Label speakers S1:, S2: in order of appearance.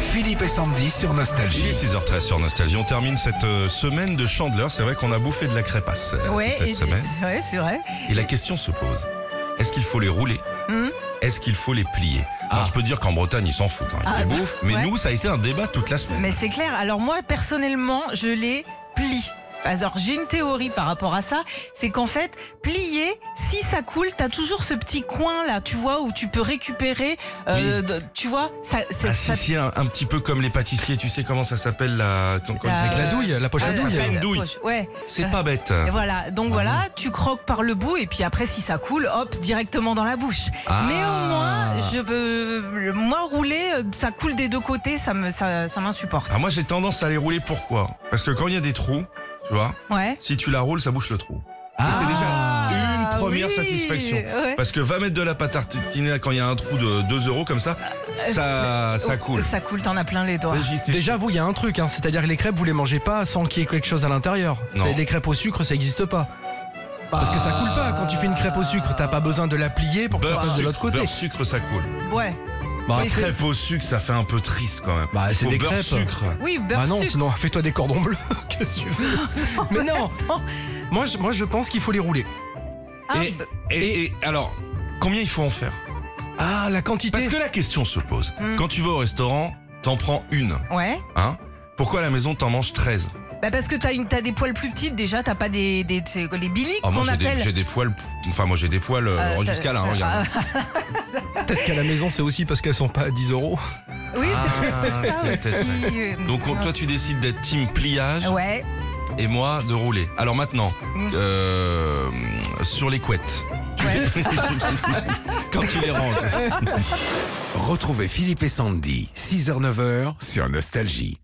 S1: Philippe et Sandy sur
S2: Il est
S1: Nostalgie.
S2: 6h13 sur Nostalgie. On termine cette euh, semaine de Chandler. C'est vrai qu'on a bouffé de la crêpasse euh,
S3: Ouais,
S2: toute cette
S3: et-
S2: semaine.
S3: ouais, c'est vrai.
S2: Et la question se pose est-ce qu'il faut les rouler
S3: Hmm.
S2: Est-ce qu'il faut les plier Alors, je peux dire qu'en Bretagne, ils s'en foutent. hein. Ils
S3: Ah,
S2: les
S3: bah,
S2: bouffent. Mais
S3: ouais.
S2: nous, ça a été un débat toute la semaine.
S3: Mais c'est clair. Alors moi, personnellement, je les plie. Alors j'ai une théorie par rapport à ça, c'est qu'en fait, plier, si ça coule, t'as toujours ce petit coin là, tu vois, où tu peux récupérer, euh, de- tu vois, ça, ça,
S2: Ah,
S3: ça-
S2: si, si, un, un petit peu comme les pâtissiers, tu sais comment ça s'appelle la. quand- quand-
S3: La-
S2: avec la
S3: euh,
S2: douille.
S1: douille, la poche
S2: à
S3: Ah,
S2: douille.
S3: ça fait
S2: Une douille. Ah.
S3: poche. Ouais.
S2: C'est pas bête.
S3: Et voilà, donc voilà, tu croques par le bout et puis après si ça coule, hop, directement dans la bouche.
S1: Ah.
S3: Mais au moins, je peux, moi rouler, euh, ça coule des deux côtés, ça me, ça, ça m'insupporte.
S2: Alors, Ah, moi, j'ai tendance à les rouler. Pourquoi Parce que quand il y a des trous, tu vois,
S3: Ouais.
S2: si tu la roules, ça bouche le trou. Et
S4: Ah,
S2: c'est déjà une première
S3: Ah, oui,
S2: satisfaction.
S3: ouais.
S2: Parce que va mettre de la pâte à tartiner quand il y a un trou de 2 euros comme ça, ça, ça coule.
S3: Ça coule, t'en as plein les doigts.
S2: Régis, t'es-
S4: Déjà, vous, il y a un truc, hein, c'est-à-dire que les crêpes, vous les mangez pas sans qu'il y ait quelque chose à l'intérieur.
S2: Non.
S4: Les crêpes au sucre, ça n'existe pas. Parce que ça coule pas. Quand tu fais une crêpe au sucre, t'as pas besoin de la plier pour que ça
S2: Beurre,
S4: passe de
S2: sucre,
S4: l'autre côté.
S2: beurre, sucre, ça coule.
S3: Ouais.
S4: Bah,
S3: Oui,
S2: Crêpe au sucre, ça fait un peu triste quand même.
S4: Bah, c'est
S2: Au
S4: des
S2: beurre,
S4: crêpes.
S2: sucre.
S3: Oui, beurre
S4: Bah non,
S3: sucre.
S4: sinon fais-toi des cordons bleus. Qu'est-ce que tu veux Mais non
S3: attends.
S4: moi je, moi, je pense qu'il faut les rouler.
S3: Ah,
S2: Et,
S3: bah,
S2: et- et alors, combien il faut en faire
S4: Ah, la quantité
S2: Parce que la question se pose.
S3: Hmm.
S2: Quand tu vas au restaurant, t'en prends une,
S3: Ah, ouais.
S2: hein Pourquoi à la maison t'en manges 13
S3: Bah parce que t'as une, t'as des poils plus petites déjà, t'as pas des, des, des- les biliques
S2: Ah, moi
S3: qu'on
S2: j'ai des,
S3: appelle.
S2: j'ai des poils, pou- enfin moi j'ai des poils euh,
S4: Ah,
S3: Euh,
S2: jusqu'à là. hein,
S3: t'as-
S2: regarde.
S4: Peut-être qu'à la maison, c'est aussi parce qu'elles sont pas à 10 euros.
S3: Oui,
S2: Ah,
S3: c'est ça
S2: c'est peut-être ça.
S3: aussi. euh,
S2: Donc on- toi
S4: Ah,
S2: tu décides d'être team pliage
S3: Ouais.
S2: et moi de rouler. Alors maintenant,
S3: Mm.
S2: euh, sur les couettes.
S3: Ouais.
S2: Quand tu les ranges.
S1: Retrouvez Philippe et Sandy, 6h-9h sur Nostalgie.